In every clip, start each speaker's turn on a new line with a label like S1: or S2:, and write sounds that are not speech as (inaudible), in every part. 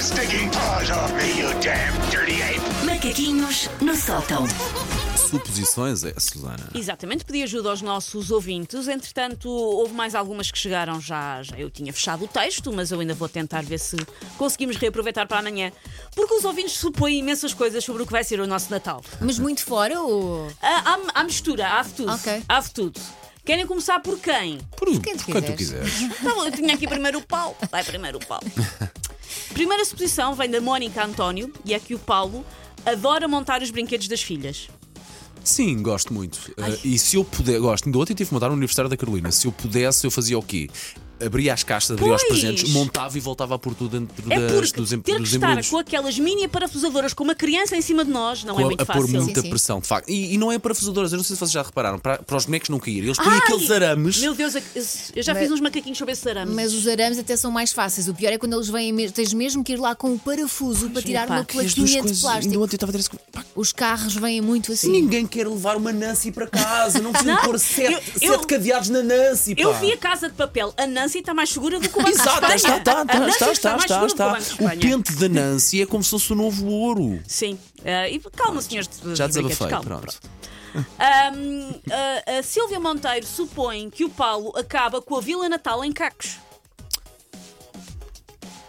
S1: stinking paws off me, you damn dirty ape!
S2: Macaquinhos no sótão.
S3: Suposições é, Susana.
S4: Exatamente, pedi ajuda aos nossos ouvintes. Entretanto, houve mais algumas que chegaram já, já. Eu tinha fechado o texto, mas eu ainda vou tentar ver se conseguimos reaproveitar para amanhã. Porque os ouvintes supõem imensas coisas sobre o que vai ser o nosso Natal.
S5: Mas muito fora ou.
S4: Há, há- há mistura, há de tudo.
S5: Ok.
S4: Há de tudo. Querem começar por quem?
S3: Por,
S5: quem tu
S3: por quem tu
S5: quiseres.
S3: quiseres.
S4: Tá bom, eu tinha aqui primeiro o Paulo. Vai primeiro o Paulo. Primeira suposição vem da Mónica António e é que o Paulo adora montar os brinquedos das filhas.
S3: Sim, gosto muito. Uh, e se eu puder, gosto. Ainda ontem tive que montar no Universitário da Carolina. Se eu pudesse, eu fazia o quê? Abria as caixas, abria os
S4: Pois!
S3: presentes, montava e voltava a pôr tudo dentro
S4: É
S3: das,
S4: porque
S3: dos, em,
S4: ter que
S3: dos
S4: estar
S3: embrulhos.
S4: com aquelas mini parafusadoras com uma criança em cima de nós não é
S3: Com a-
S4: muito
S3: a pôr
S4: fácil.
S3: muita
S5: Sim, sim.
S3: pressão, de facto. E, e não é parafusadoras, eu não sei se vocês já repararam, para, para os bonecos não caírem. Eles põem
S4: Ai!
S3: aqueles arames.
S4: Meu Deus, eu eu já
S5: Mas-
S4: fiz uns macaquinhos sobre esses arames.
S5: Mas os arames até são mais fáceis. O pior é quando eles vêm mesmo. Tens mesmo que ir lá com o parafuso para tirar
S4: pá,
S5: uma
S3: E as duas
S5: plaquinha de
S3: coisas- Ainda
S5: plástico.
S3: ontem eu estava a ter esse- pá,
S5: Os carros vêm muito assim.
S3: Ninguém quer levar uma Nancy para casa, não precisam
S4: Não,
S3: pôr sete,
S4: eu- eu-
S3: sete cadeados na Nancy. Pá.
S4: Eu vi a Casa de Papel. A Nancy está mais
S3: (laughs)
S4: segura do que o Banco de
S3: Exato,
S4: Espanha.
S3: está, está,
S4: A
S3: está,
S4: Nancy
S3: está, está,
S4: mais
S3: está,
S4: segura do que o Banco de
S3: está. O
S4: Espanha.
S3: pente da Nancy é como se fosse o novo ouro.
S4: Sim. eh, e calma, senhores de
S3: Já
S4: é de brinquedos,
S3: desabafei,
S4: calma,
S3: pronto.
S4: Ahm, a, a Silvia Monteiro supõe que o Paulo acaba com a Vila Natal em cacos.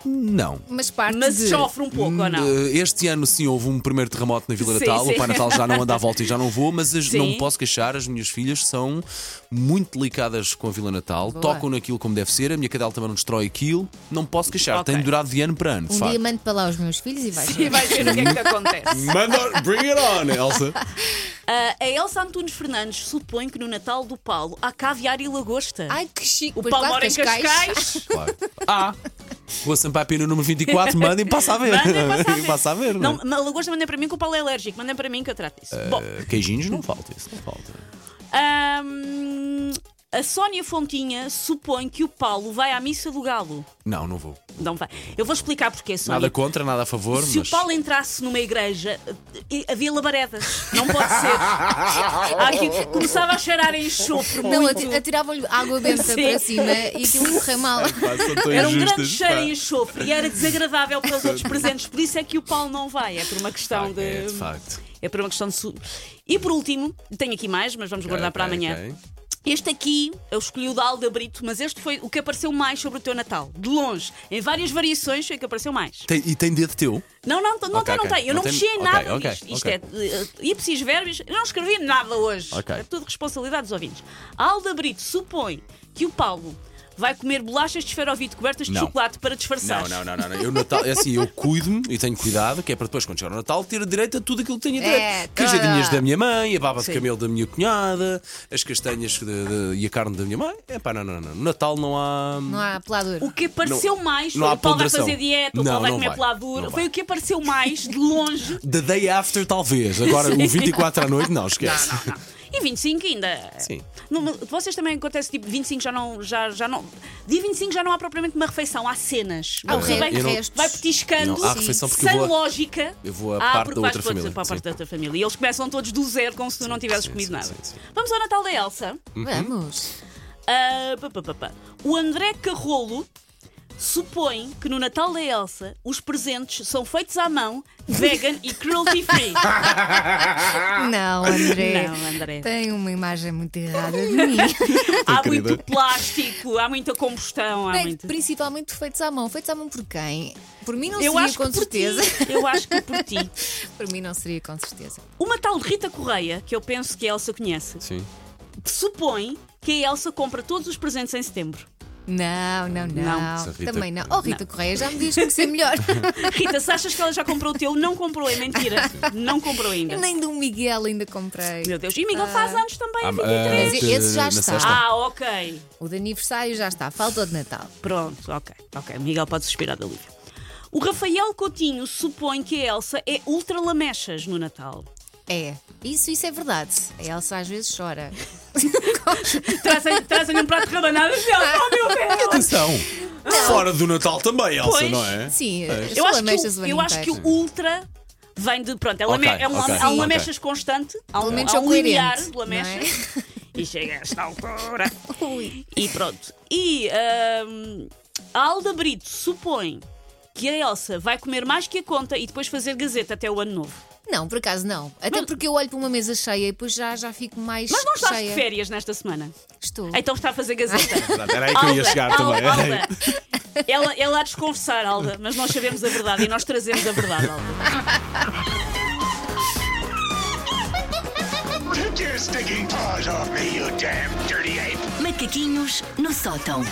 S3: Não.
S5: Mas parte
S4: Mas
S5: de...
S4: sofre um pouco, ou não?
S3: Eh, Este ano sim houve um primeiro terremoto na Vila
S4: Sim,
S3: Natal.
S4: sim.
S3: O Pai Natal já não anda à volta e já não voa, mas as-
S4: Sim.
S3: não me posso queixar. As minhas filhas são muito delicadas com a Vila Natal, tocam naquilo como deve ser. A minha cadela também não destrói aquilo. Não me posso queixar.
S4: Ok.
S3: Tem durado de ano para ano, de
S5: Um
S3: facto.
S5: dia mando para lá os meus filhos e vais
S4: E
S5: ver.
S4: vai ver o que é que
S3: hum.
S4: acontece.
S3: Manda, bring it on, Elsa.
S4: Ah, a Elsa Antunes Fernandes supõe que no Natal do Paulo há caviar e lagosta.
S5: Ai que chique.
S4: o
S5: Pois
S4: Paulo
S5: claro,
S4: mora em
S5: Cascais.
S4: (laughs) Cascais.
S3: Claro. Ah! Rua Sampaio Pina, número 24, mandem passa a ver.
S4: Mandem passar a
S3: (laughs)
S4: ver.
S3: Passa a ver, não é?
S4: Não, mas a lagosta mandem para mim que o Paulo é alérgico. Mandem para mim que eu trato isso. Bom,
S3: Eh, Queijinhos não falta, isso não falta.
S4: ahm, a Sónia Fontinha supõe que o Paulo vai à missa do galo.
S3: Não, não vou.
S4: Não vai. Eu vou explicar porquê, Sónia.
S3: Nada contra, nada a favor,
S4: Se
S3: mas.
S4: o Paulo entrasse numa igreja, eh, havia labaredas. Não
S3: (laughs)
S4: pode ser. Há aqui- começava a cheirar em enxofre.
S5: Não,
S4: muito.
S5: ati- atirava-lhe água benta
S4: Sim.
S5: para cima e aquilo correu mal.
S3: Pá, são tão
S4: (laughs) Era um grande
S3: injustas,
S4: cheiro
S3: pá.
S4: em enxofre e era desagradável para os outros presentes. Por isso é que o Paulo não vai. É por uma questão de.
S3: É, de facto.
S4: É por uma questão de. su- E por último, tenho aqui mais, mas vamos guardar
S3: Ah, Ok,
S4: para amanhã.
S3: ok.
S4: Este aqui, eu escolhi o da Alda Brito, mas este foi o que apareceu mais sobre o teu Natal. De longe, em várias variações, foi o que apareceu mais.
S3: Tem- e tem dedo teu?
S4: Não, não, não
S3: Ok,
S4: tem, não
S3: ok.
S4: tem. Eu
S3: Não
S4: não,
S3: tem-
S4: mexi em
S3: ok,
S4: nada
S3: ok,
S4: disto. Isto
S3: ok.
S4: é uh, ipsis verbis, eu não escrevi nada hoje.
S3: Ok.
S4: É tudo responsabilidade dos ouvintes. A Alda Brito supõe que o Paulo vai comer bolachas de esferovite cobertas de
S3: Não.
S4: chocolate para disfarçar.
S3: Não, não, não, não, não. Eu, Natal, é assim, eu cuido-me e tenho cuidado, que é para depois, quando chegar o Natal, ter direito a tudo aquilo que tenho
S5: É,
S3: direito. Queijadinhas
S5: toda.
S3: da minha mãe, a baba
S4: Sim.
S3: de camelo da minha cunhada, as castanhas de- de- e a carne da minha mãe. É pá, não, não, não. No Natal não há.
S5: Não há pelador.
S4: O que apareceu
S3: Não-
S4: mais
S3: não
S4: foi
S3: há
S4: o Paulo vai
S3: ponderação.
S4: fazer dieta, o
S3: Não,
S4: Paulo vai
S3: não
S4: comer
S3: vai.
S4: peladura.
S3: Não
S4: Foi
S3: vai.
S4: o que apareceu mais, de longe.
S3: The day after, talvez.
S4: (laughs)
S3: Agora, o 24 à noite, não, esquece.
S4: Não, não, não. Ah, tá. E 25 ainda.
S3: Sim.
S4: Não, mas vocês também acontece tipo 25 já não, já, já não. Dia 25 já não há propriamente uma refeição, há cenas.
S5: Há o
S4: Você
S5: re-
S4: vai,
S5: eu não-
S4: vai petiscando
S3: Não, há refeição porque eu
S4: sem
S3: vou a-
S4: lógica.
S3: eu vou à
S4: Ah,
S3: parte
S4: porque
S3: da
S4: vais
S3: outra
S4: para outra-
S3: família,
S4: Para a parte
S3: sim.
S4: da outra família. E eles começam todos do zero, como se tu não tivesses
S3: sim,
S4: comido
S3: sim,
S4: nada.
S3: sim, sim.
S4: Vamos ao Natal da Elsa.
S5: Vamos.
S4: Ah, pá, pá, pá, pá. O André Carrolo supõe que no Natal da Elsa os presentes são feitos à mão, vegan e cruelty
S3: (laughs)
S4: free.
S5: Não, André.
S4: Ah. (laughs) Não, André.
S5: Tem uma imagem muito errada de mim.
S4: há
S3: querida.
S4: muito plástico, há muita combustão, há
S5: Bem,
S4: muito.
S5: Principalmente feitos à mão. Feitos à mão por quem? Por mim não
S4: Eu
S5: seria
S4: acho
S5: com
S4: que por ti.
S5: certeza.
S4: (laughs) Eu acho que por ti.
S5: (laughs) Por mim não seria com certeza.
S4: Uma tal Rita Correia, que eu penso que a Elsa conhece,
S3: Sim.
S4: supõe que a Elsa compra todos os presentes em setembro.
S5: Não, não,
S4: Não.
S5: não.
S3: Essa Rita-
S5: Também não. Oh, Rita Correia, já me diz que ser melhor.
S4: Rita, se achas que ela já comprou o teu, não comprou, é mentira. (laughs) Não comprou ainda.
S5: Nem do Miguel ainda comprei.
S4: Meu Deus. E Miguel faz anos também, a
S3: Ah,
S4: 23.
S3: ah,
S5: Mas esse já
S3: na
S5: está.
S3: sexta.
S4: Ah, ok.
S5: O de aniversário já está. Falta o de Natal.
S4: Pronto, ok. Ok, o Miguel pode suspirar de alívio. O Rafael Coutinho supõe que a Elsa é ultra lamechas no Natal.
S5: É. Isso, isso é verdade. A Elsa às vezes chora. (laughs)
S4: Trazem- Trazem-lhe um prato de rabanadas e ela, oh meu Deus!
S3: Atenção! Fora do Natal também, Elsa,
S4: Pois.
S3: não é?
S5: Sim, eh,
S4: Eu acho, que
S5: lamechas
S4: o,
S5: o
S4: eu
S5: ano
S4: acho que o
S5: inteiro.
S4: ultra vem de. Pronto, é, lame,
S3: Ok,
S4: é um, lame-
S3: ok,
S4: há um
S3: sim,
S4: lamechas constante, há um,
S5: menos
S4: há
S5: é
S4: um
S5: coerente,
S4: linear de
S5: não é?
S4: lamechas (laughs) e chega a esta altura.
S5: (laughs) Ui.
S4: E pronto. E hum, a Alda Brito supõe que a Elsa vai comer mais que a conta e depois fazer gazeta até o ano novo.
S5: Não, por acaso não. Até porque eu olho para uma mesa cheia e depois já, já fico mais
S4: Mas não estás
S5: cheia.
S4: de férias nesta semana.
S5: Estou.
S4: Então está a fazer gazeta.
S3: (laughs) Era aí É que eu ia chegar também.
S4: Alda, Alda. Ela, ela há de desconversar, Alda, mas nós sabemos a verdade e nós trazemos a verdade, Alda.
S1: Take your stinking paws off me, you damn dirty ape!
S2: Macaquinhos no sótão.